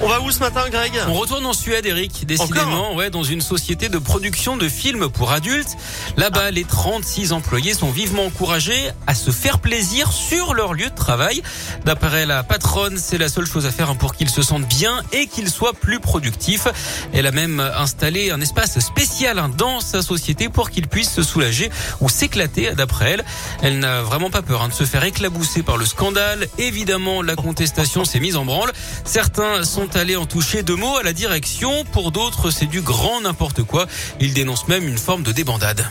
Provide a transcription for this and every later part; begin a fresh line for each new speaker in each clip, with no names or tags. On va où ce matin, Greg
On retourne en Suède, Eric, décidément,
Encore
ouais, dans une société de production de films pour adultes. Là-bas, les 36 employés sont vivement encouragés à se faire plaisir sur leur lieu de travail. D'après la patronne, c'est la seule chose à faire hein, pour qu'ils se sentent bien et qu'ils soient plus productifs. Elle a même installé un espace spécial hein, dans sa société pour qu'ils puissent se soulager ou s'éclater, d'après elle. Elle n'a vraiment pas peur hein, de se faire éclabousser par le scandale. Évidemment, la contestation s'est mise en branle. Certains sont allés en toucher deux mots à la direction. Pour d'autres, c'est du grand n'importe quoi. Ils dénoncent même une forme de débandade.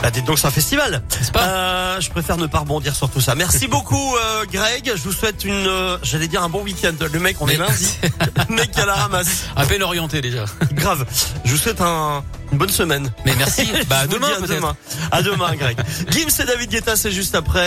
Bah, dites donc, c'est un festival.
N'est-ce pas
Euh, je préfère ne pas rebondir sur tout ça. Merci beaucoup, euh, Greg. Je vous souhaite une, euh, j'allais dire un bon week-end. Le mec, on est
Mais-
lundi. Le mec à la ramasse.
À peine orienté déjà.
Grave. Je vous souhaite un- une bonne semaine.
Mais merci.
Je
Bah, à
vous
demain
dis à
peut-être.
demain. À demain, Greg. Gims et David Guetta, c'est juste après.